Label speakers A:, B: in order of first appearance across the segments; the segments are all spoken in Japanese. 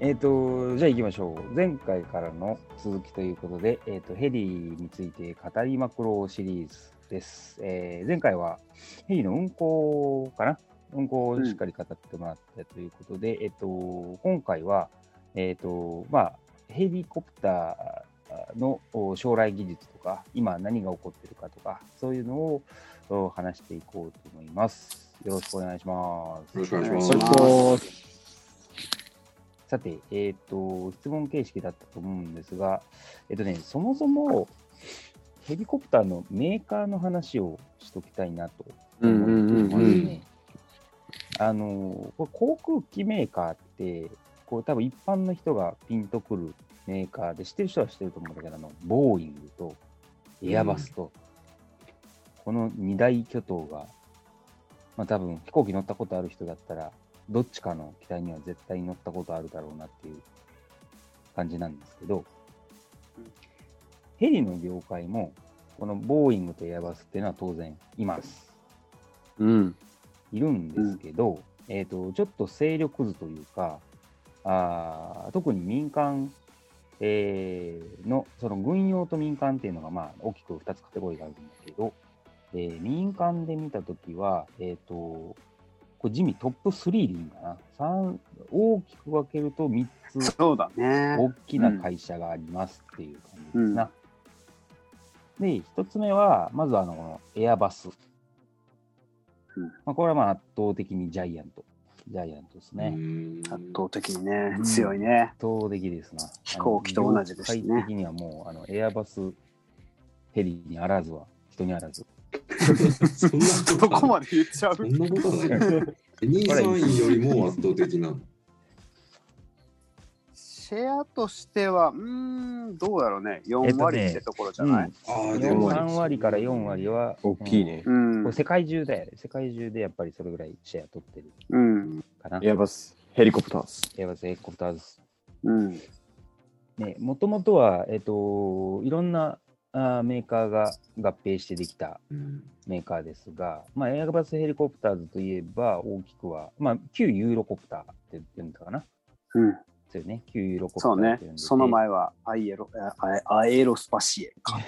A: えっ、と、じゃあ行きましょう。前回からの続きということで、えっ、と、ヘリについて語りまくろうシリーズです。えー前回はヘリの運行かな運行をしっかり語ってもらったということで、えっ、と、今回は、えっ、と、まあ、ヘリコプターのお将来技術とか、今何が起こってるかとか、そういうのをお話していこうと思います。よろしくお願いします。
B: よろしくお願い
A: それ
B: します。
A: とさて、えっ、と、質問形式だったと思うんですが、えっ、とね、そもそもヘリコプターのメーカーの話をしときたいなと
B: う
A: 思
B: んうん
A: っていま
B: う
A: す
B: ん
A: ね。あの、これ航空機メーカーって、こう多分一般の人がピンとくるメーカーで、知ってる人は知ってると思うんだけど、あの、ボーイングとエアバスと、この二大巨頭が、まあ多分飛行機乗ったことある人だったら、どっちかの機体には絶対に乗ったことあるだろうなっていう感じなんですけど
B: うん、
A: ヘリの業界も、このボーイングとエアバスっていうのは当然います。
B: うん。
A: いるんですけど、えー、とちょっと勢力図というか、あー特に民間、えーのその軍用と民間っていうのが、まあ、大きく2つカテゴリーがあるんだけど、えー民間で見たときは、えー、とこれ地味トップ3でいいんかな三大きく分けると3つ
B: そうだね。
A: 大きな会社がありますっていう感じですな。で、一つ目は、まずあの、このエアバス。
B: ん
A: まあ、これはまあ圧倒的にジャイアント。ジャイアントですね。
B: 圧倒的にね
A: う、ん
B: 強いね。
A: 圧倒的ですな。
B: 飛行機と同じですしね
A: あの業界的にはもう、あの、エアバスヘリにあらずは、人にあらず。
C: そんなこと
B: どこまで言っちゃう
C: そ んなことない。23位よりも圧倒的 なの。
B: シェアとしては、うーん、どうだろうね。4割ってところじゃない、
C: ああ、で
A: 4
C: も、
A: 3割から4割は、
D: 大きいね。
B: うん
A: うん。これ世界中で、世界中でやっぱりそれぐらいシェア取ってる
B: うん。
A: かな。
D: エアバス、ヘリコプター。
A: エアバスヘリコプターズ
B: うん。
A: ね、もともとは、えっと、いろんなあーメーカーが合併してできた
C: うん
A: メーカーですが、まあ、エアバスヘリコプターズといえば大きくは、まあ、旧ユーロコプターって言ってるんだかな。
B: うん、
A: そうよね。旧ユーロコプタ
B: そう
A: ーっ
B: ね
A: て言うん。で
B: その前はアイエロ、アエロスパシエか。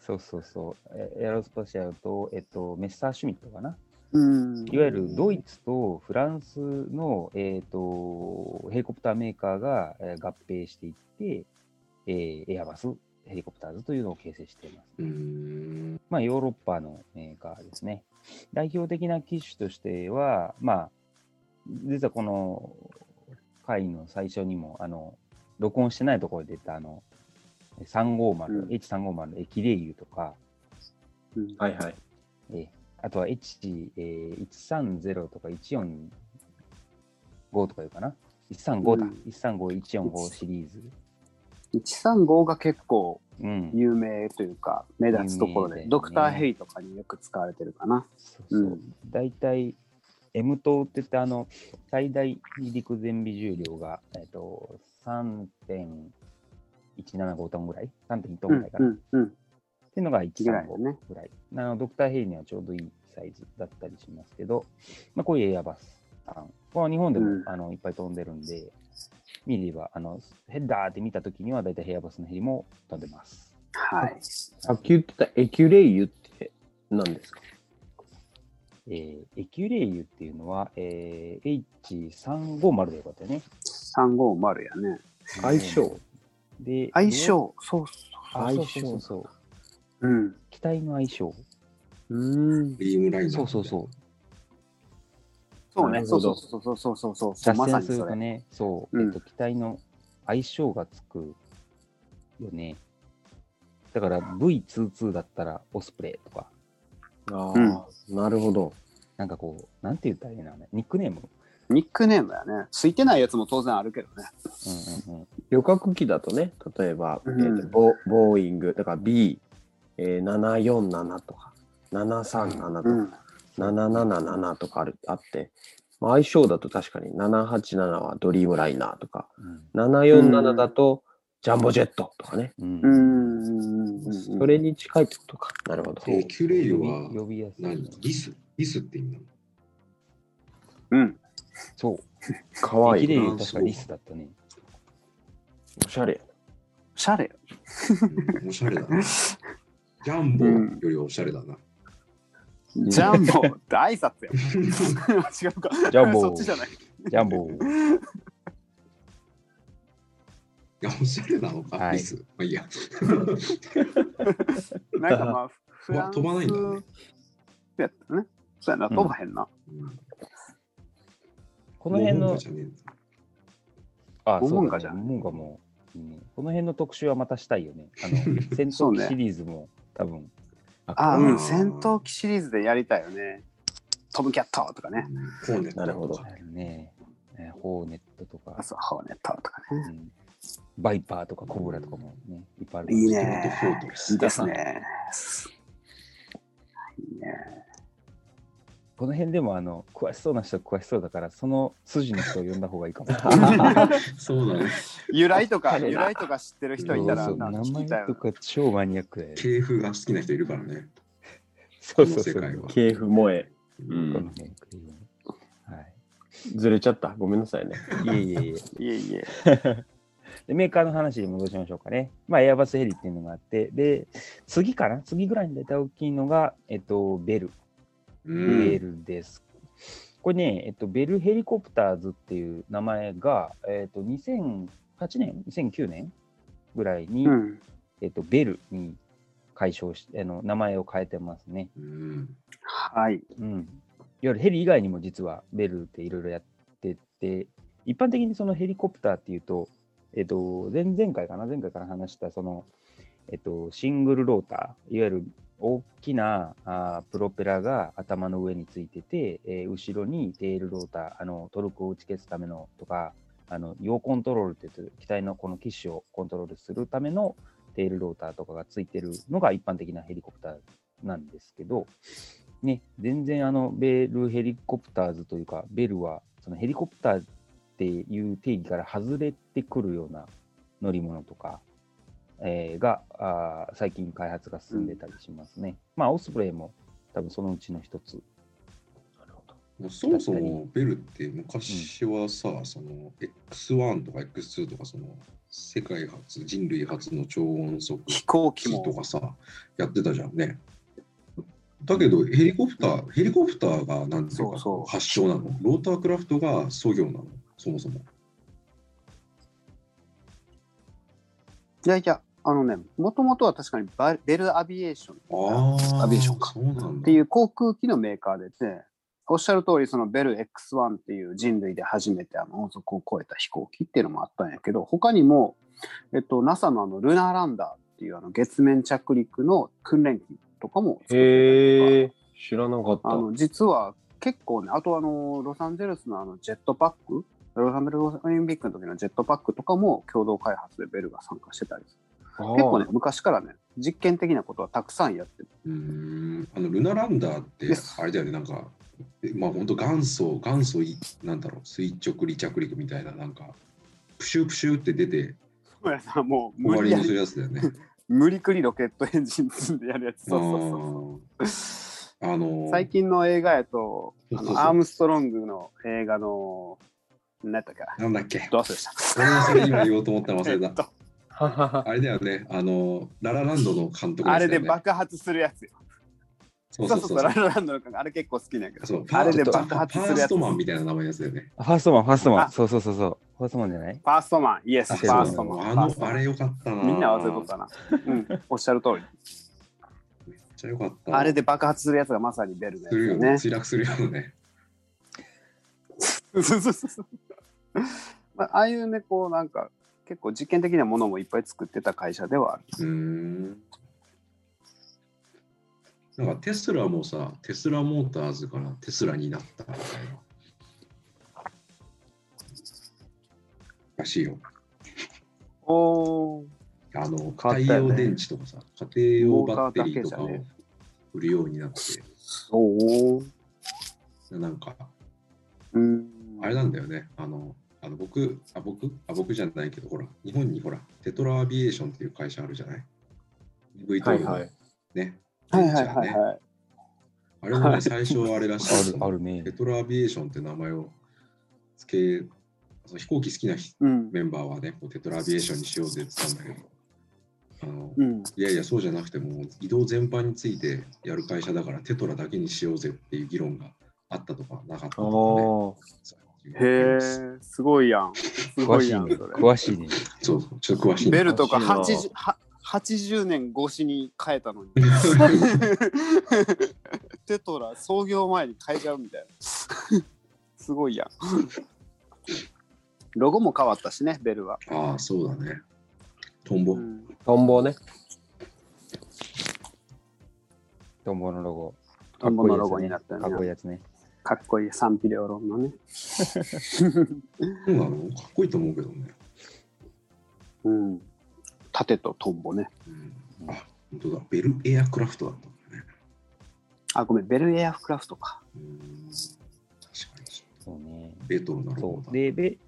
A: そうそうそう。えエアロスパシアルと、えっと、メッサーシュミットかな。
B: うん。
A: いわゆるドイツとフランスの、えー、とヘリコプターメーカーがえー合併していって、えーエアバスヘリコプターズというのを形成しています。
C: うん。
A: まあ、ヨーロッパのメーカーですね。代表的な機種としては、まあ、実はこの回の最初にも、あの、録音してないところで出た、あの、350、
B: うん
A: H350 の駅レイユとか、
B: うん
D: はいはい。
A: えーあとは H130 とか145とかいうかな。135だ。
B: うん
A: 135、145シリーズ。
B: 135が結構
A: うん。
B: 有名というか、目立つとこ
A: 有名
B: ろ
A: だ
B: で、
A: よね
B: ドクターヘリとかによく使われてるかな。
A: そうそうう。大体、M 等って言って、あの、最大離陸全微重量が、えっと、3.175トンぐらい ?3.2 トンぐ
B: う
A: ら
B: ん
A: いかな、
B: う
A: っ
B: んうん。
A: ていうのが135
B: ぐらいだね
A: ぐらい。あの、ドクターヘリにはちょうどいいサイズだったりしますけど、まあ、こういうエアバスさん。まあ、日本でも、
B: うん
A: あのいっぱい飛んでるんで、見れば、あの、ヘッダーって見たときには、大体ヘアバスのヘリも飛んでます。
B: はい。
D: さっき言ってたエキュレイユって何ですか
A: えーエキュレイユっていうのは、えー H350 でよかったよね。
B: 350やね。
D: 相性。
A: で、
B: 相性、そう
A: あそうそうそ
D: 相
A: う
D: 性。
A: そう。
B: そう。うん。
A: 機体の相性。
B: うん。
C: ビームライナー。
A: そうそうそう。
B: そう
D: な
B: ね。
D: る
B: そ
D: ほ
B: うそ
D: ど
B: うそうそうそうそうそ
A: 脱
B: うま
A: 線
B: さに
A: する
B: そ
A: と
B: れ。
A: ね、そう、
B: うん
A: えっと、機体の相性がつくよね。だから V22 だったらオスプレイとか、
D: ああ、なるほど。
A: なんかこう、なんて言ったらいいのかなニックネーム、
B: ニックネームやね。ついてないやつも当然あるけどね。
A: うんうんうん、
D: 旅客機だとね、例えば、
B: うん
D: えーとボボーイング、だから B747、えー747とか、737とか、
B: うん。
D: 777とかあるあって、まあ、相性だと確かに787はドリームライナーとか、747だとジャンボジェットとかね、
A: うん
B: う
A: うん。
B: んうんうん。
D: それに近いってことか。なるほど。
C: エキュレイユは
A: 呼び呼びやすい、
C: 何ギスギスって意味なの
B: うん。
A: そう。
D: かわい
A: 駅
D: い
A: で
D: な。
A: 言う確かリスだったね。
D: おしゃれ。
B: おしゃれ。
C: うんおしゃれだな。ジャンボよりおしゃれだな。
B: ジャンボって挨拶や。 違うか。
A: ジャンボ
B: そっちじゃない。
A: ジャン ボー。
C: いや、おしゃれなのか、
A: はい
C: リス。まあいいや。
B: なんかま あ、フランス
C: 飛ばないんだね
B: やったね。そうやな、
A: うん
B: 飛ばへんな。
C: うん
A: この辺
C: モモンガ
A: の
C: じ、ゃねえんだ
A: あ、
B: モ
A: そ
B: モ
A: う
B: ン
A: だ
B: ガ
A: ね
B: じゃん
A: モモンガもいいね、この辺の特集はまたしたいよね。あ の、戦
B: そう
A: 闘
B: ね
A: 機シリーズも多分。
B: あ、
A: こ
B: う
A: れ
B: ん、戦闘機シリーズでやりたいよね。トムキャットとかね。
C: コーネットとか
D: なるほど
A: あるね。えホーネットとか
B: あ、、そう、ホーネットとかね。
A: うんバイパーとかコブラとかもね、いっぱいある。
B: いい
C: トマト
B: ね。
C: フォートレ
B: いい
C: ス。
B: ですね。いいね。
A: この辺でもあの詳しそうな人は詳しそうだから、その筋の人を呼んだ方がいい かも。
C: そうだね。
B: 由来とか、
D: 彼ら
B: 由来とか知ってる人いたら、
A: そうそう
B: なんか聞きたい
A: 名前
B: よ
A: とか
B: な。
A: 超マニアックだよね。
C: 系譜が好きな人いるからね。
A: そうそうそ
C: この世
A: う。
C: 界は
D: 系譜萌え。う
A: こ
D: ん
A: の。辺クリーム
D: ずれちゃった。ごめんなさいね。
A: はい。いえいえいえ。
B: いえいえ。
A: で、メーカーの話に戻しましょうかね。まあ、エアバスヘリっていうのがあって、で、次かな次ぐらいに出た大きいのが、えっと、ベル。
C: う
A: ベ
C: ん。
A: ルです。これね、えっと、ベルヘリコプターズっていう名前が、えっと、2008年 ?2009 年ぐらいに、
B: うん。
A: えっと、ベルに解消し、あの、名前を変えてますね。
C: うん。
B: はい。
A: うん、いわゆるヘリ以外にも実はベルっていろいろやってて、一般的にそのヘリコプターっていうと、えっと、前々回かな、前回から話した、その、えっと、シングルローター、いわゆる大きなあープロペラが頭の上についてて、えー後ろにテールローター、あのトルクを打ち消すためのとか、あの要コントロールって言って機体のこの機種をコントロールするためのテールローターとかがついてるのが一般的なヘリコプターなんですけど、ね、全然あのベルヘリコプターズというか、ベルはそのヘリコプターっていう定義から外れてくるような乗り物とか、えーがあー最近開発が進んでたりしますね。まあ、オスプレイも多分そのうちの一つ。
C: もうそもそもベルって昔はさ、その X1 とか X2 とかその世界初人類初の超音速
B: 飛行機
C: 機と
B: も。
C: かさやってたじゃんね。だけどヘリコプター、ヘリコプターがなんていう
B: そ
C: か
B: うそう
C: 発祥なの。ロータークラフトが創業なの。そもそも。
B: いやいや、あのね、もともとは確かにバベルアビエーション
C: ああ。
B: アビエーションか
C: そうなんだ。っ
B: っていう航空機のメーカーでて、おっしゃる通り、そのベル X1 っていう人類で初めてあの音速を超えた飛行機っていうのもあったんやけど、他にも、えっと、NASA のあのルナーランダーっていうあの月面着陸の訓練機とかも作ってたりとか
D: へえ。知らなかった
B: あ。の実は結構ね、あとあのロサンゼルスのあのジェットパック、ロサンゼルスオリンピックの時のジェットパックとかも共同開発でベルが参加してたりする結構ね、昔からね、実験的なことはたくさんやってる。
C: うーんあのルナランダーって
B: です
C: あれだよねなんかえまあ本当元祖元祖いなんだろう垂直離着陸みたいななんかプシュプシュって出て
B: そうやな、 もう
C: 終わ
B: 無理
C: り
B: や
C: にする
B: り、
C: やつだよね。
B: 無理くりロケットエンジン積んでやるやつ。
C: あ
B: そうそう
C: ー
B: そう。
C: あの
B: 最近の映画やと、
C: そう
B: あ
C: そうそう
B: のアームストロングの映画の、何やったっけ
C: なんだっけ
B: どうせした。
C: 俺もそれ今言おうと思ったの忘れ た。
D: ははは。
C: あれだよねあのララランドの監督
B: あ
C: す
B: れ
C: よね
B: で爆発するやつよ。
C: そう
B: そ
C: そうう
B: そ
C: そうう
B: そう、
C: そう
B: ララランドの感あれ結構好きなんやけど。
C: そう
B: あれで
C: ファー
B: 爆発するやつ
C: ファーストマンみたいな名前のやつだよね。
A: あファーストマン、ファーストマ
B: あ
A: ン。そうそうそうそう。ファーストマンじゃない
B: ファーストマン、イエス、
C: あ
B: フ
C: そ
B: ァー
C: う
B: ス
C: そ
B: ト
C: う
B: マン。
C: あ
B: ファースト
C: の
B: マン
C: あれよかったな
B: みんな忘れとったな。うん、おっしゃる通り。
C: めっちゃよかった
B: あれで爆発するやつがまさにベル
C: するよね
B: ね。
C: 墜落するよね
B: そうそうそうそう。 まあ、ああいうね、こうなんか、結構実験的なものもいっぱい作ってた会社ではある。
C: うーんなんかテスラもさ、テスラモーターズからテスラになったみたいな。らしいよ。
B: おー
C: あの、
D: 変わった
C: 太
D: よね
C: 陽電池とかさ、家庭用バッテリーとか
B: モーターだけじゃね
C: を売るようになって、
B: そう。
C: なんか、
B: うん。
C: あれなんだよね。あの、あの僕、あ、僕、あ、僕じゃないけど、ほら、日本にほら、テトラアビエーションっていう会社あるじゃない ?EV
D: は
C: と
D: いはい。
C: ね。
B: はいはいはい
C: 電池がね
B: はい。
C: あれもね、最初はあれらしい。
A: あるあるね
C: テ。トラアビエーションって名前をつけ、その飛行機好きな人
B: うん。
C: メンバーはね、こうテトラアビエーションにしようぜって言ってたんだけど、あの
B: うん。
C: いやいや、そうじゃなくても、移動全般についてやる会社だから、テトラだけにしようぜっていう議論があったとか、なかった
D: あ
C: とかね。
D: ー
B: へえ、すごいやん。すご
A: 詳
B: い
A: しい
B: やん、
A: ね。
B: それ。
A: 詳しいね。
C: そうそう、ちょっと詳しいね。
B: ベルとか
D: 詳しい
B: 80は80年越しに変えた のに。テトラ創業前に変えちゃうみたいな。すごいやん。ロゴも変わったしね、ベルは。
C: ああ、そうだね。トンボ。
B: うん
D: トンボね。
A: トンボのロゴ。
B: トンボのロゴになった
A: かっこいい
B: ね。
A: やつね。
B: かっこいい賛否両論のね。
C: そうなのかっこいいと思うけどね。
B: うん。盾とトンボね。
C: うん、あ、本当だ。ベルエアクラフトだったんだね。
B: あ、ごめん、ベルエアフクラフトか。
C: うん確かにそう。
A: そうね。
C: レトロなロゴ
A: そう。
C: だ。
A: で、ベ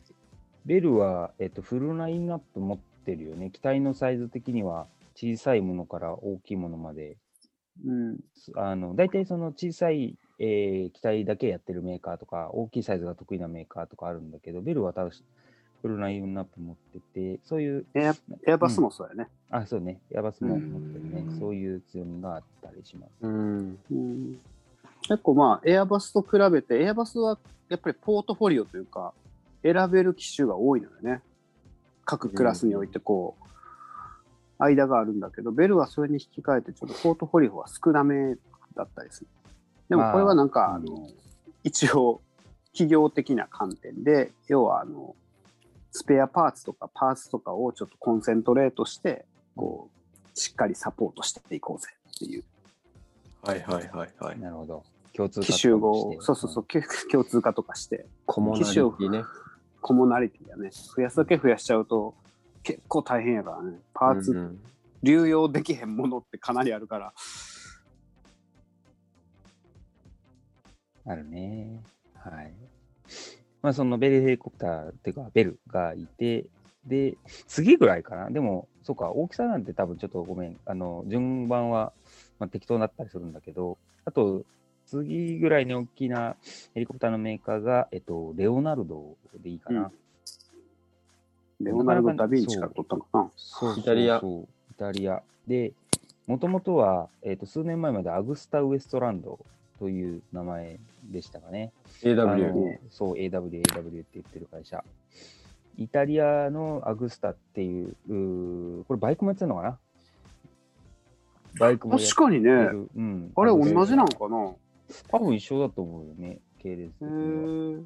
A: ベルは、えっと、フルラインナップ持ってるよね。機体のサイズ的には小さいものから大きいものまで、
B: うん。
A: すあの大体その小さい、えー機体だけやってるメーカーとか、大きいサイズが得意なメーカーとかあるんだけど、ベルは多分フルラインナップ持ってて、そういう、
B: エアエアバスもそうやね。
A: あ、そうね、ヤバスも
B: うん
A: 持ってるね、そういう強みがあったりします。
D: うん。
B: うん結構まあエアバスと比べてエアバスはやっぱりポートフォリオというか選べる機種が多いのよね各クラスにおいてこう、間があるんだけどベルはそれに引き換えてちょっとポートフォリオは少なめだったりするでもこれはなんか、あの
A: うん
B: 一応企業的な観点で要はあのスペアパーツとかパーツとかをちょっとコンセントレートしてこうしっかりサポートしていこうぜっていう
D: はいはいはいはい。
A: なるほど。共通
B: 機
A: 化
B: 種
A: とかもし
B: を
A: て
B: そうそうそう、共通化とかして
D: コモナリティね。
B: コモナリティだね増やすだけ増やしちゃうと結構大変やからねパーツ、
D: うんうん
B: 流用できへんものってかなりあるから
A: うんあるね。はい。まあ、そのベルヘリコプターっていうか、ベルがいて、で、次ぐらいかな。でも、そうか、大きさなんて多分ちょっとごめん、あの、順番は、まあ、適当だったりするんだけど、あと、次ぐらいに大きなヘリコプターのメーカーが、えっと、レオナルドでいいかな。
B: うんレオナルド・ダ・ヴィンチから取ったのかな
A: そうそうそう
D: イタリア
A: イタリア。で、もともとは、えっと数年前までアグスタ・ウエストランドという名前でしたかね。あ
D: AW。
A: のそう、AW、AW って言ってる会社。イタリアのアグスタっていう、うーこれバイクもやってるのかなバイクもやって
B: 確かにね
A: る。
B: あ
A: うん、
B: れ同
A: アグ
B: じ
A: スタ
B: なのかな
A: 多分一緒だと思うよね、系列的
B: へ
A: には。
B: え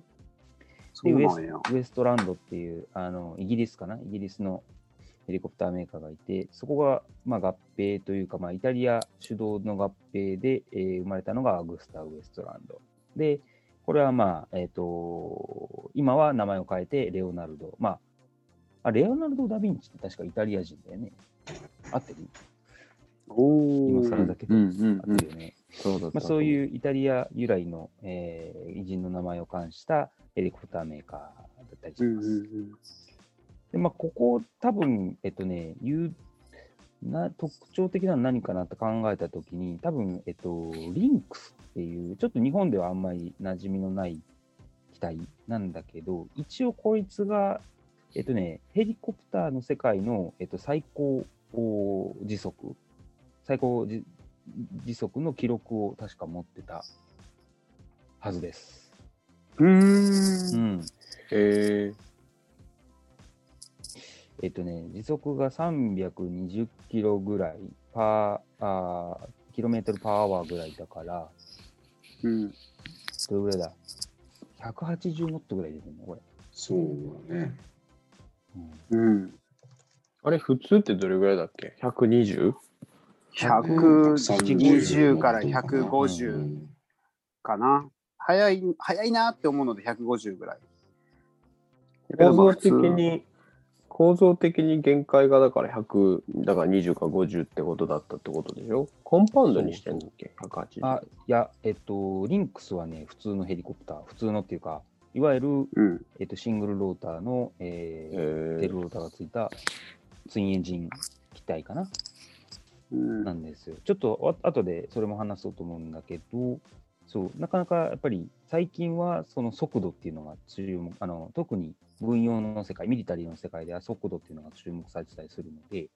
B: そ
A: で
B: う
A: ウエ
B: なん
A: ス
B: や
A: ウエストランドっていうあのイギリスかなイギリスのヘリコプターメーカーがいてそこが、まあ、合併というか、まあ、イタリア主導の合併で、えー生まれたのがアグスタ・ウエストランドでこれはまあえっ、と今は名前を変えてレオナルドまああレオナルド・ダ・ヴィンチって確かイタリア人だよね合ってる
B: お
A: 今
B: ー
A: 更だけど、
D: う
A: 合
D: んうんうん
A: ってるよね、
D: そうだった
A: まあ、そういうイタリア由来の、えー偉人の名前を冠したヘリコプターメーカーだったりし
B: うんう
A: ま
B: ん
A: す。
B: うん
A: で、まあ、ここ、多分えっとね、言うな特徴的なの何かなって考えたときに、多分えっと、リンクスっていう、ちょっと日本ではあんまり馴染みのない機体なんだけど、一応こいつが、えっとね、ヘリコプターの世界の、えっと、最高お時速、最高じ時速の記録を確か持ってたはずです。
B: う
A: う
B: ーん
A: ん。
D: へえ。
A: えっとね、時速が320キロぐらい、パー、あーキロメートルパーアワーぐらいだから、
B: うん
A: どれぐらいだ ?180 ノットぐらいですね、これ。
C: そうだね。
B: うん
D: あれ、普通ってどれぐらいだっけ ?120?
B: 120から
C: う
B: 150
C: ん
B: かな早い早いなって思うので150ぐらい
D: 構造的に、構造的に限界がだから100、だから20か50ってことだったってことでしょコンパウンドにしてんだっけ ?180。
A: あ、いや、えっと、リンクスはね、普通のヘリコプター、普通のっていうか、いわゆる、
B: うん
A: えっと、シングルローターの、え
D: へ
A: ーテー
D: え。
A: ルローターがついたツインエンジン機体かな
B: うん
A: なんですよ。ちょっとあ後でそれも話そうと思うんだけど、そうなかなかやっぱり最近はその速度っていうのが注目あの特に軍用の世界ミリタリーの世界では速度っていうのが注目されてたりするので、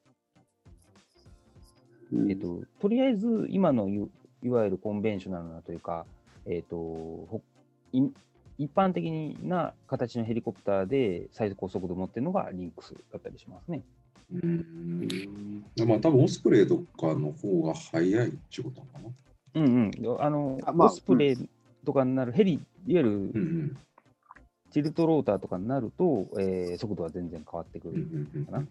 A: えっと、とりあえず今のいいわゆるコンベンショナルなというか、えっと、ほい一般的な形のヘリコプターで最高速度を持ってるのがリンクスだったりしますね。
C: うん。まあ多分オスプレイとかの方が早いってことかな。
A: うんうん。あの、
B: あまあ
A: オスプレイとかになるヘリ、いわゆる
C: うん
A: チルトローターとかになると、えー速度は全然変わってく
C: うんうん
A: る。
C: うん
A: か
C: う。
A: なん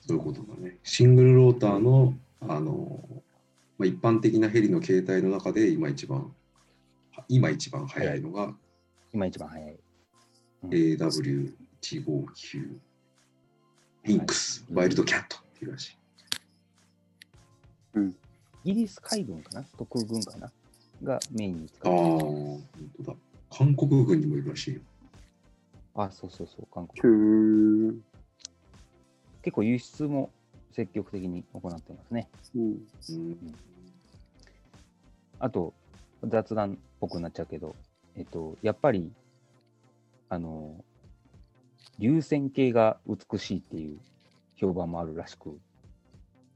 C: そういうことだね。シングルローターのあの、まあ、一般的なヘリの形態の中で今一番今一番早いのが
A: 今一番速い。
C: AW159 リンクス、
A: はい
C: ワイルドキャットっていうらしい。
A: イギリス海軍かなと空軍かながメインに使
C: ああ、
A: う。
C: 本当だ。韓国軍にもいるらしいよ。
A: ああ、そうそうそう、韓国。
B: うん。
A: 結構輸出も積極的に行ってますね。
B: うん
C: うん
A: あと、雑談っぽくなっちゃうけど、えっと、やっぱり、あの、流線形が美しいっていう評判もあるらしく、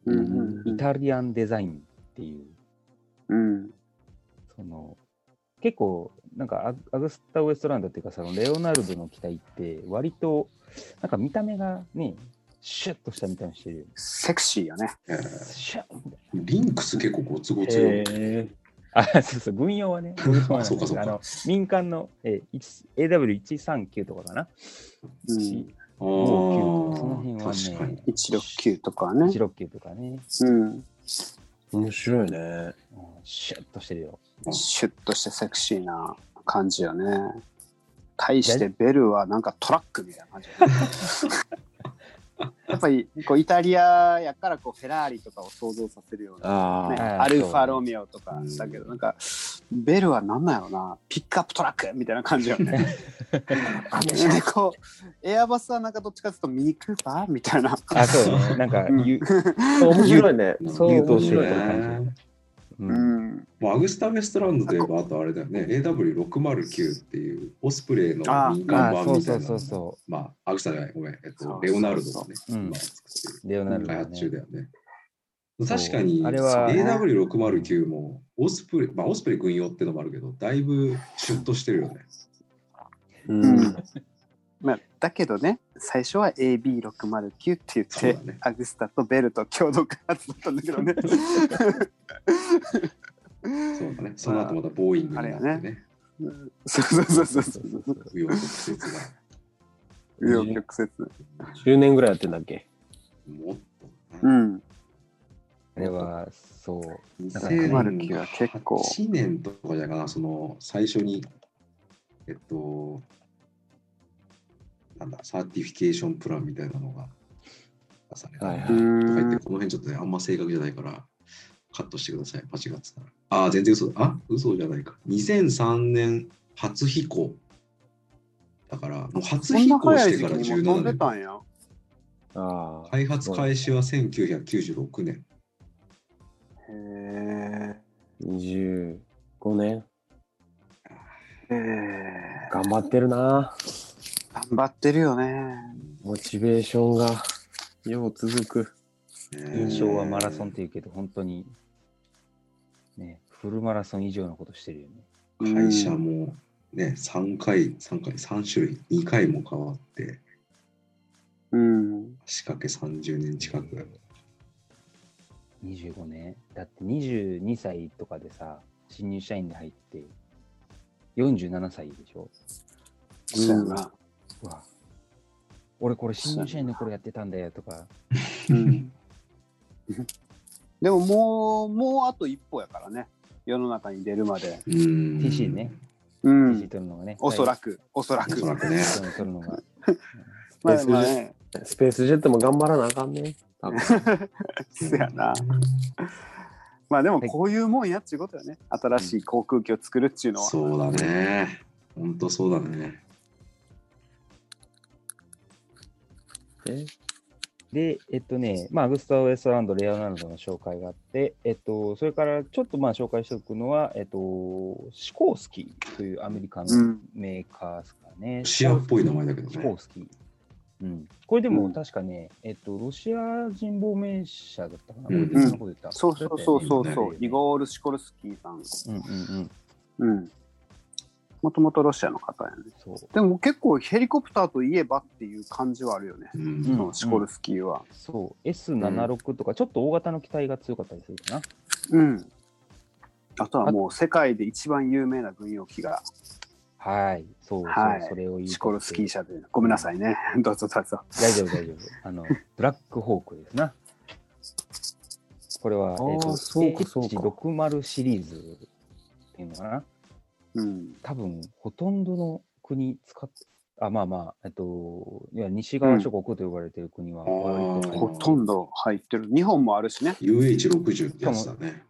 B: うん
A: イタリアンデザインっていう、
B: うん。
A: その、結構、なんかア、アグスタ・ウエストランドっていうか、その、レオナルドの機体って、割と、なんか見た目がね、シュッとした見た目してるよね。
B: セクシーやね。
C: え
A: シュッみたいな
C: ーリンクス結構ごつごつよ。
D: え
A: あ、そうそう、軍用はね、軍用はなんだけど
C: あそうかそうか
A: あの民間の、えー、AW139 とかかな。
B: うん、
C: あ
A: もうその辺はね
C: ー確かに。
B: 169とかね。
A: 169とかね、
B: うん。
D: 面白いね。
A: うんシュッとしてるよ。
B: シュッとしてセクシーな感じよね。対してベルはなんかトラックみたいな感じ。 やっぱりこうイタリアやからこうフェラーリとかを想像させるような、
D: あ
B: ね、
D: あ、
A: あー
B: アルファロミオとか
C: そう
B: だけど、なんかベルはなんなんやろなピックアップトラックみたいな感じよ ね。でこうエアバスはなんかどっちかというとミニクーパーみたい
A: あ、
B: な。
A: そうね。なんか、
B: うん
A: ゆ
D: 面白いね。
C: うん
D: そう
A: 優
D: 面
A: 等生
D: 白い
A: だ
D: ね。
A: 感う、
B: うんん、
C: もうアグスタ・ウェストランドといえば、あとあれだよね、AW609 っていうオスプレイの
B: あ
C: 民間
A: あ、
C: 版
A: そう
C: みた
A: そ
C: いう
A: そう
C: な。
A: そ
C: まあ、アグスタじゃない、ごめん、えっ
B: そ
C: と、
B: う
C: レオナルドがね、
A: う。うん
C: 今、作って
A: レオナル
C: る
A: ド、ね。
C: 開発中だよね。
A: う
C: 確かに、
A: あれは
C: AW609 もオスプレイ、まあ、オスプレイ軍用ってのもあるけど、だいぶシュッとしてるよね。
D: うん。
B: まあ、だけどね最初は AB609 って言っ
C: そう
B: て、
C: だね
B: アグスタとベルと共同開発だったんだけど ね
C: そうだね。その後またボーイングになって
B: あれ
C: ね、
B: うんそうそうそうそうそうそう
C: 不要曲折が。
B: 紆余曲折
D: 10年ぐらいやってんだっけ
C: もっと
B: う
C: だな、
B: ん
A: あれは、そう。
B: 609は結構
C: 1年とかじゃなかな、その最初に、えっと、なんだ、サーティフィケーションプランみたいなのが出された。
D: はいは
B: う
C: とか
D: い
C: 言って、
B: ん
C: この辺ちょっとね、あんま正確じゃないから、カットしてください、間違ってたら。ああ、全然嘘だ。あ嘘じゃないか。2003年初飛行。だから、もう初
B: そん
C: 飛
B: な
C: 行
B: 早
C: し
B: い
C: て
B: 時
C: から
B: 期にも飛
C: 17
B: んで
C: 年。
B: たんや
D: ああ。
C: 開発開始は1996年。
B: へ
D: 25年。
B: え頑
D: 頑張ってるな。
B: 張ってるよね
D: モチベーションがよう続く。
A: 印象はマラソンっていうけど、本当に、ね、フルマラソン以上のことしてるよね。
C: 会社もね、3回、三回、3種類、2回も変わって、
B: うん
C: 仕掛け30年近く。
A: 25年。だって22歳とかでさ、新入社員で入って、47歳でしょ
B: そうやな
A: うわ俺これ新入社員の頃やってたんだよとか、
B: うん でももうもうあと一歩やからね世の中に出るまで
C: うーん
A: TC ね。
B: う
A: PC
B: ん
A: 取るのがね。
B: おそらくおそら
C: お
B: く
C: そらくね。
A: 最後 PC 取るのが。
B: まあまあね
D: スペースジェットも頑張らなあかんね。多分
B: そやな。まあでもこういうもんやっちゅうことよね。新しい航空機を作るっちゅうのは。
C: そうだね。ほんとそうだね。
D: え
A: で、えっとね、まあ、アグスタ・ウエストランド、レオナルドの紹介があって、えっと、それからちょっとまあ紹介しておくのは、えっと、シコースキーというアメリカ
B: う
A: の
B: ん
A: メーカーですかね。
C: シアっぽい名前だけど
A: シコ
C: ね
A: ー。スキー。うん、これでも
B: うん
A: 確かね、えっと、ロシア人亡命者だったかな、
C: うん
A: これ別のこと言った
B: そうそうそうそう
A: だった
B: そ
A: よ
B: う
A: ね、
B: イゴール・シコルスキーさん。
A: うんうんうん、
B: うん。もともとロシアの方やね。
A: そう。
B: でも結構ヘリコプターといえばっていう感じはあるよね。
C: うん
A: うん
B: そのシコルスキーは。
A: そう、S76 とか、ちょっと大型の機体が強かったりするかな。
B: うん。あとはもう世界で一番有名な軍用機が
A: はい、そうそう、
B: はい
A: それを言うと
B: シコルスキー社で。ごめんなさいね。どうぞどうぞ。
A: 大丈夫、大丈 夫。あの、ブラックホークですな。これは、えっ、
D: ー
A: と、
D: そうかそうか
A: H60 シリーズっていうのかな。
B: うん。
A: 多分、ほとんどの国使っあ、まあまあ、えっと、いや西側諸国と呼ばれてる国は、
C: うん
A: 割と
C: あー
B: ほとんど入ってる。日本もあるしね。
C: UH60 ってやつだね。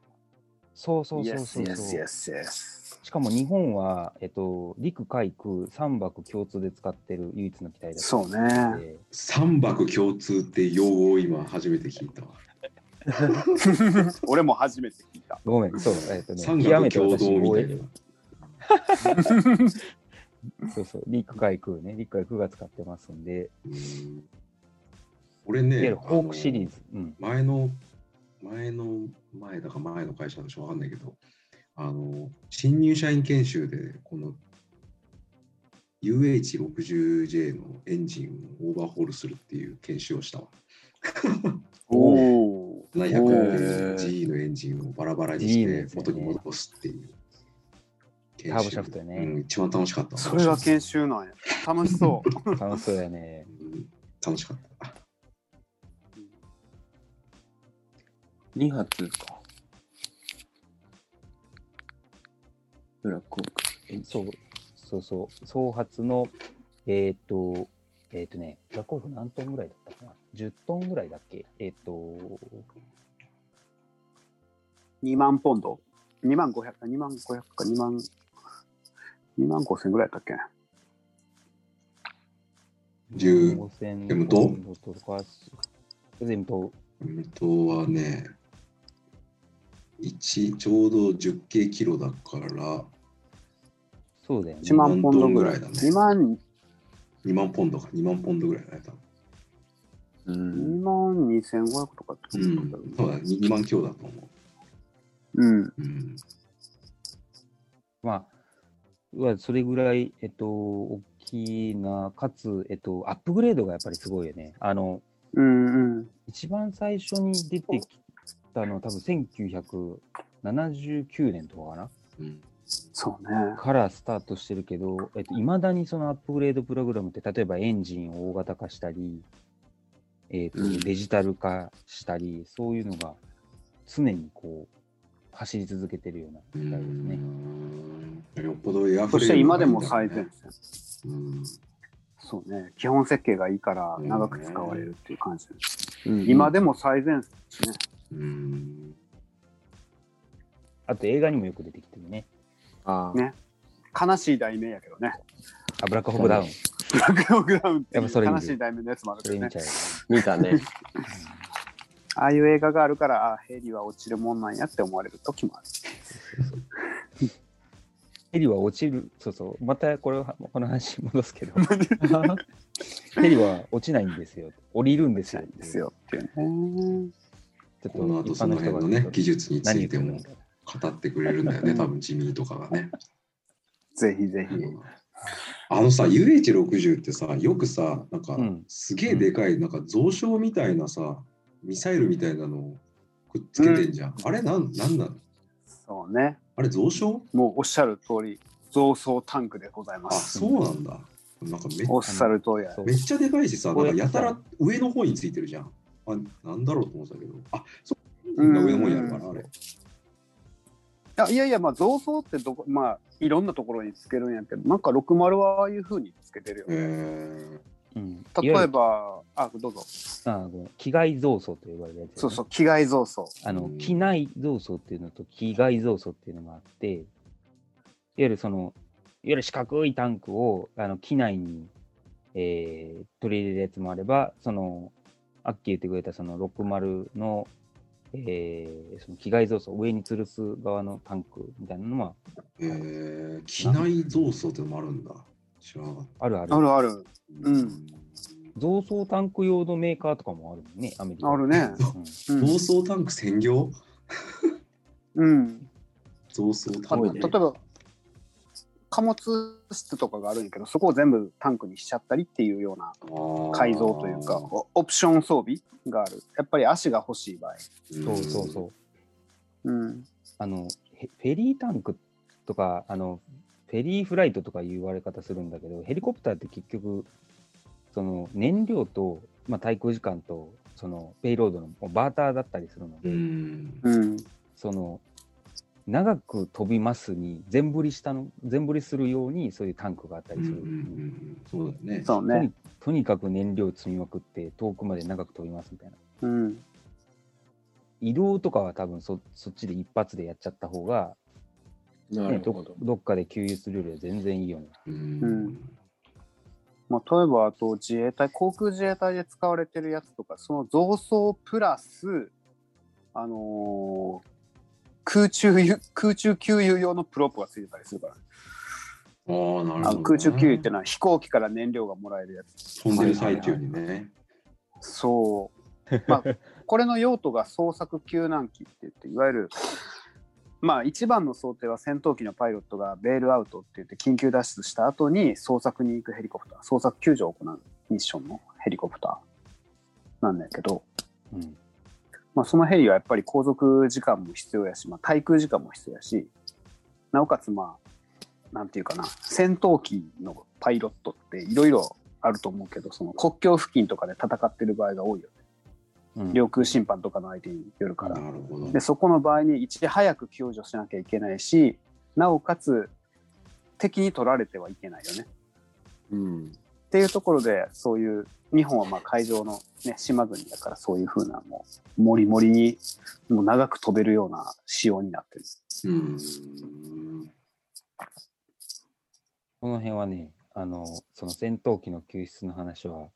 A: そうそう
B: イ
A: そ
B: エ
A: う
B: ス
A: そ
B: イ
A: う
B: エ
A: そう。
B: スイエスイエス。
A: しかも日本は、えっと、陸海空三泊共通で使ってる唯一の機体だった
B: そ うね。
A: で
C: 三泊共通って用語を今初めて聞いたわ。
B: 俺も初めて聞いた。
A: ごめん、そう、えっとね、
C: 三
A: 極め
C: 泊
A: て
C: 共
A: 私、
C: 同み
A: 防
C: た
A: 衛
C: いな。
A: そうそう、陸海空ね、陸海空が使ってますんで、
C: うん俺
A: いわゆ
C: ね
A: る、ホークシリーズ。うん。
C: 前の前の前だか前の会社のしょわかんないけどあの新入社員研修でこの UH60J のエンジンをオーバーホールするっていう研修をしたわ
B: おお。
D: ー
C: 700GE のエンジンをバラバラにし
A: GE の
C: て
A: やつね
C: 元に戻すっていう研
A: ターボシャフトやね
C: うん、一番楽しかった
B: それが研修なんや。楽しそう。
A: 楽しそうやね。
C: うん楽しかった
D: 2発か。ブラックホーク。え
A: そう、そうそう、総発の、えーっと、えーっとね、ブラックホーク何トンぐらいだったかな ?10 トンぐらいだっけえーっと、
B: 2万ポンド ?2 万500か、2万500か、2万、2万5千ぐらいだったっけ
C: 10
A: 5000
C: でもどう
A: ポンドとか、全部、
C: 無糖はね、1ちょうど10系キロだから
A: そうだよね。
B: 1万ポンドぐらい
C: ポンドぐらいだね
B: 2万、
C: 2万ポンドか2万ポンドぐらいだね。多分
D: うん。
B: 2万2500とかって
C: う
B: ことだ
C: ん、そうだ、ね、2万強だと思
B: うん。
C: う。うん、
A: まあ、はそれぐらい、えっと、大きな、かつ、えっと、アップグレードがやっぱりすごいよね。あの、
B: うんうん。
A: 一番最初に出てきたのは多分1979年とかかな
C: うん、
B: そうね。
A: からスタートしてるけど、えっと、未だにそのアップグレードプログラムって、例えばエンジンを大型化したり、えっと
D: うん
A: デジタル化したり、そういうのが常にこう、走り続けてるような時代ですね。
C: うんよっぽどエア
B: そ
C: フレームが
B: して
C: いいんだろうね
B: 今でも最前線。
C: うん、
B: そうね。基本設計がいいから長く使われるっていう感じ。
D: うん
B: 今でも最前線ですね。
C: うん、
A: あと映画にもよく出てきてるね。
D: あー
B: ね悲しい題名やけどね。
A: あ、ブラックホークダウン。
B: ブラックホークダウンってい
A: やっぱそうれ見
B: 悲
A: る
B: しい題名のやつもある
A: そ
B: け
A: れ
B: ど
A: 見
B: ね
A: ち。ゃうよね。
D: 見たね。
B: ああいう映画があるから、ああ、ヘリは落ちるもんなんやって思われる時もある。
A: ヘリは落ちる、そうそう、またこれはこの話に戻す けど、ヘリは落ちないんですよ、降りるんですよ。
B: です。よっていうね。
A: ちょっ
C: この後
A: と一般
C: その
A: の人
C: 辺
A: が
C: のね技術につ
A: 何言
C: い
A: ってて
C: も
A: も。
C: 語ってくれるんだよね、多分ジミーとかがね。
B: ぜひぜひ。
C: あのさ UH60 ってさよくさなんか
A: うん
C: すげえでかいなんか蔵書みたいなさミサイルみたいなのをくっつけてんじゃん、あれなんなんなの
B: そうね。
C: あれ蔵書
B: もうおっしゃる通り、増装タンクでございま
C: あ
B: す。
C: そうなんだなんかめ
B: おっしゃる通りや。
A: そう
C: めっちゃでかいしさなんかやた
A: こ
C: ら上の方についてるじゃんあなんだろうと思ってたけどあそう
B: うん
C: 上の方にあるからあれ
B: あいやいや、まあ、増装ってどこ、まあ、いろんなところにつけるんやけど、なんか60はああいうふうにつけてるよ。
C: え
A: うん
B: 例
A: いわ
B: え
A: ゆる
B: ば、あ、どうぞ。
A: あごめん機外増層と呼ばれるやつ、
B: そうそう、機外増装。
A: あの
C: うん
A: 機内増層っていうのと機外増層っていうのがあって、いわゆるその、いわゆる四角いタンクをあの機内に、えー取り入れるやつもあれば、そのあっき言ってくれたその60の,、えー、その機外造作、上に吊るす側のタンクみたいなのは
C: えー、機内増層ってのもあるんだ。知らなかっ
A: あるある。
B: あるある。
C: た。
B: うん
A: 増装タンク用のメーカーとかもあるもんね、アメリカ。
B: あるね
A: うん
B: うん
C: 増層タンク専業
B: うん。
C: 増層タ
B: あ
C: ン
B: の
C: ク、
B: 例えば、貨物室とかがあるんやけど、そこを全部タンクにしちゃったりっていうような
C: あー
B: 改造というか、おオプション装備がある。やっぱり足が欲しい場合。
A: そうそうそうう。
B: うん。
A: あの、へフェリータンクとか、あの、フェリーフライトとかいう言われ方するんだけど、ヘリコプターって結局、その燃料と、まあ、滞空時間と、そのペイロードのバーターだったりするので、
C: ん。うん。
B: うん。
A: その、長く飛びますに、全振りしたの、全振りするように、そういうタンクがあった
C: うんう
A: り
C: んう
A: す
C: ん
A: る。
C: うんそうだよね。
B: そうね。
A: とにかく燃料積みまくって、遠くまで長く飛びますみたいな。
B: うん。
A: 移動とかは多分そそっちで一発でやっちゃった方が、
D: な
A: ね、
D: る
A: ど
D: ほど。
A: どっかで給油するよりは全然いいよね。
C: うん
B: うんまあ、例えばあと自衛隊航空自衛隊で使われてるやつとかその増装プラス、あのー空中ゆ空中給油用のプロップがついてたりするから、
C: ああ、なるほど
B: あ
C: ね、
B: の空中給油ってのは飛行機から燃料がもらえるやつ
C: 飛んでる最中にね。
B: そう、ま あ、これの用途が捜索救難機って言っていわゆるまあ一番の想定は戦闘機のパイロットがベールアウトって言って緊急脱出した後に捜索に行くヘリコプター捜索救助を行うミッションのヘリコプターなんだけど、
A: うん
B: まあ、そのヘリはやっぱり航続時間も必要やし、まあ、滞空時間も必要やしなおかつまあなんていうかな戦闘機のパイロットっていろいろあると思うけどその国境付近とかで戦ってる場合が多いよね
A: うん
B: 領空侵犯とかの相手によるから
C: なるほど。
B: でそこの場合にいち早く救助しなきゃいけないしなおかつ敵に取られてはいけないよね
D: うん。
B: っていうところでそういう日本はまあ海上の、ね、島国だからそういうふうなもうもりもりにもう長く飛べるような仕様にな ってる。
C: うん。
A: この辺はね、あの、その戦闘機の救出の話は、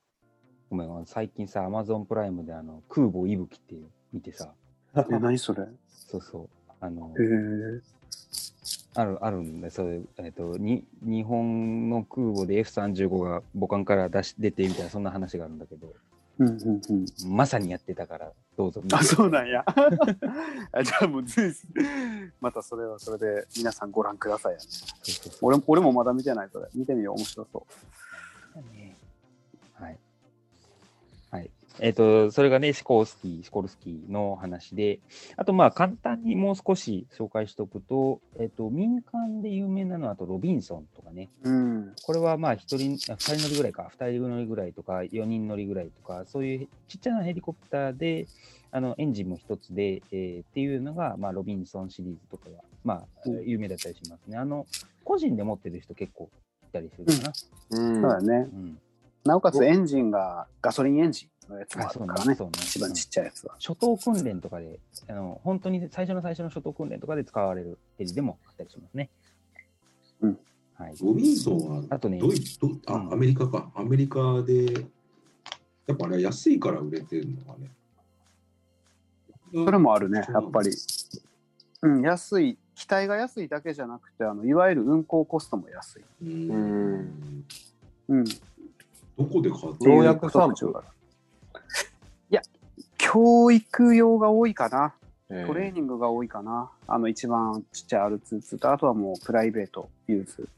A: ごめん、あの最近さ、アマゾンプライムであの空母いぶきっていう見てさ、
B: え何それへ
A: そうそう、あの、
B: え
A: ある、あるんで、そういう、えっ、とに、日本の空母で F35 が母艦から出し出てみたいな、そんな話があるんだけど、
B: うんうんうん
A: まさにやってたから、どうぞ見て。
B: あそうなん やあじゃあもう随時またそれはそれで皆さんご覧くださいやね
A: そうそう
B: 俺も俺もまだ見てないそれ見てみよう面白そう
A: そうねはい。はい。えっ、と、それがね、シコースキー、シコルスキーの話で、あと、まあ、簡単にもう少し紹介しておくと、えっ、と、民間で有名なのは、あと、ロビンソンとかね、
B: うん
A: これはまあ、一人、あ二人乗りぐらいか、二人乗りぐらいとか、四人乗りぐらいとか、そういうちっちゃなヘリコプターで、あの、エンジンも一つで、えーっていうのが、まあ、ロビンソンシリーズとかが、まあ、
B: うん
A: 有名だったりしますね。あの、個人で持ってる人結構いたりするかな。
D: う
B: そ
D: ん
B: うだね
A: うん
B: なおかつエンジンがガソリンエンジンのやつもあるからね
A: そうね
B: 一番ちっちゃいやつは
A: 初等訓練とかで、あの本当に最初の最初の初等訓練とかで使われるヘリでもあったりしますね。
B: うん
A: はい、
C: ロビンソン
A: あ
C: は
A: とね
C: ドイツ、ど
A: う
C: あ
A: ん
C: アメリカか。アメリカで、やっぱあれは安いから売れてるのかね。
B: それもあるねやっぱりうん安い機体が安いだけじゃなくてあのいわゆる運航コストも安い
C: うん。
D: うん
B: うん
C: どこで買った
D: ようやく産
B: いや教育用が多いかなトレー
D: え
B: ニングが多いかな、あの一番ちっちゃい R2 とあとはもうプライベートユーズ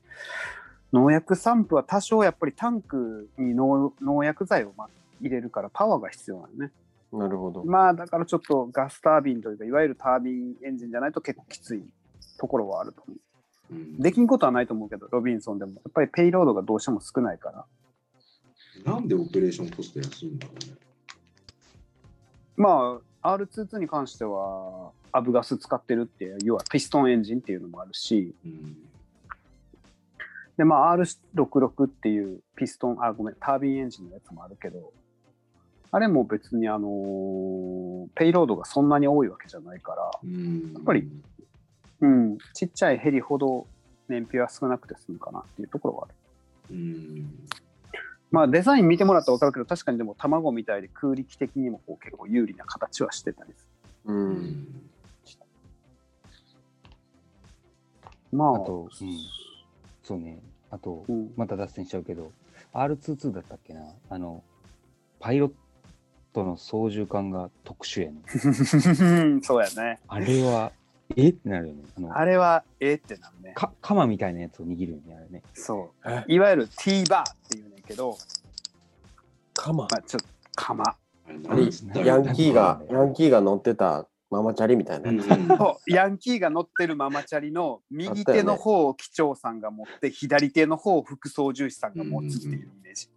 B: 農薬散布は多少やっぱりタンクに農農薬剤をま入れるからパワーが必要なのね
D: ーなるほど。
B: まあだからちょっとガスタービンというかいわゆるタービンエンジンじゃないと結構きついところはあると思
C: うん
B: うできんことはないと思うけどロビンソンでもやっぱりペイロードがどうしても少ないから
C: なんでオペレーションコスト安いんだろうね。
B: まあ R22 に関してはアブガス使ってるっていう要はピストンエンジンっていうのもあるし、
C: うん
B: で、まあ、R66 っていうピストン、あ、ごめん、タービンエンジンのやつもあるけど、あれも別に、あのーペイロードがそんなに多いわけじゃないから、
C: うん、
B: やっぱりうん、ちっちゃいヘリほど燃費は少なくて済むかなっていうところはある。
C: うん
B: まあデザイン見てもらったら分かるけど確かにでも卵みたいで空力的にもこう結構有利な形はしてたりす
D: う。
C: うんん。
B: るまあ
A: あと、うん、そうね、あと、
B: うん
A: また脱線しちゃうけど、R22 だったっけな、あの、パイロットの操縦感が特殊やね。
B: そうやね
A: あれは、 えってなるよね。あの
B: あれはえーってなるね
A: か鎌みたいなやつを握るよね、あれね。
B: そ
D: え
B: ういわゆる T バーっていうねんけど
D: カマ
B: まあちょっと釜
C: あれ
D: あれ
C: 何つったらいい
D: ヤ
C: の
D: ンキーが、ヤンキーが乗ってたママチャリみたいな
C: うん
D: や
C: うん
D: つ。
B: そうヤンキーが乗ってるママチャリの右手の方を機長さんが持って左手の方を副操縦士さんが持つっていうイメージ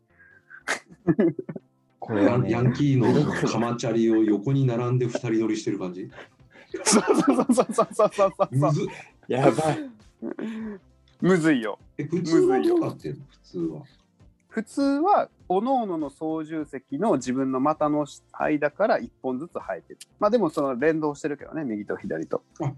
A: これ
C: ヤ
A: は
C: ン
A: ね
C: ヤ、ンキーのカマチャリを横に並んで二人乗りしてる感じ。
B: そうそうそうそうそうそうそうそ
C: む
B: う
C: ずっ
D: やばい。
B: むずいよ
C: え普通はどうなってんの普通は。
B: 普通は各々の操縦席の自分の股の間から1本ずつ生えてるまあでもその連動してるけどね右と左と
C: あ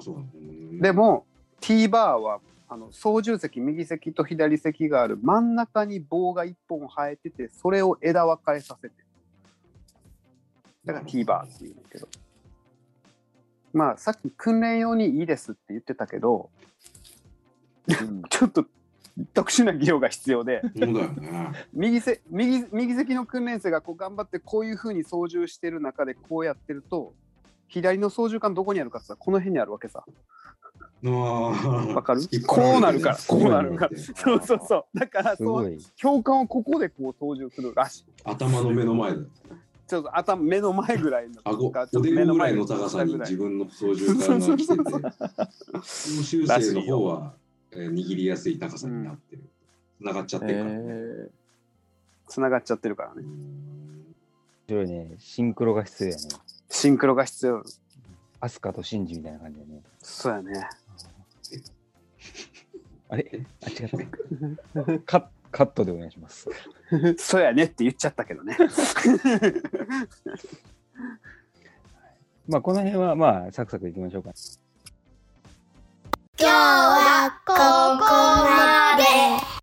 C: そうなのうん。
B: でも T バーはあの操縦席右席と左席がある真ん中に棒が1本生えててそれを枝分かれさせてるだから T バーっていうんだけどまあさっき訓練用にいいですって言ってたけどちょっと特殊な技量が必要で
C: そうだよ ね。
B: 右せ右右席の訓練生がこう頑張ってこういうふうに操縦してる中でこうやってると左の操縦桿どこにあるかって言ったらこの辺にあるわけさわ
C: わ
B: かるこうなるからこうなるから
C: す
B: そ
C: ごいう
B: そうそうだから
A: す
B: そ
A: ご
B: う
A: い。
B: 教官をここでこう操縦するらしい
C: 頭の目の前で、
B: ちょっと頭目の前ぐらいの
C: 顎、
B: かちょ
C: お
B: っと
C: で
B: 目
C: こぐら
B: 前
C: いの高さに
B: ぐらい
C: 自分の操縦桿が 来てて、教習生の方は、えー握りやすい高さになってる。繋がっちゃってるからね。
D: え
B: 繋がっちゃってるから
C: う
B: ね
C: ん
A: 面白いね。シンクロが必要やね。
B: シンクロが必要
A: アスカとシンジみたいな感じだね。
B: そうやね
A: あれあ、違った。カッカットでお願いします。
B: そうやねって言っちゃったけどね
A: まあ、この辺は、まあ、サクサクいきましょうか。
E: 今日はここまで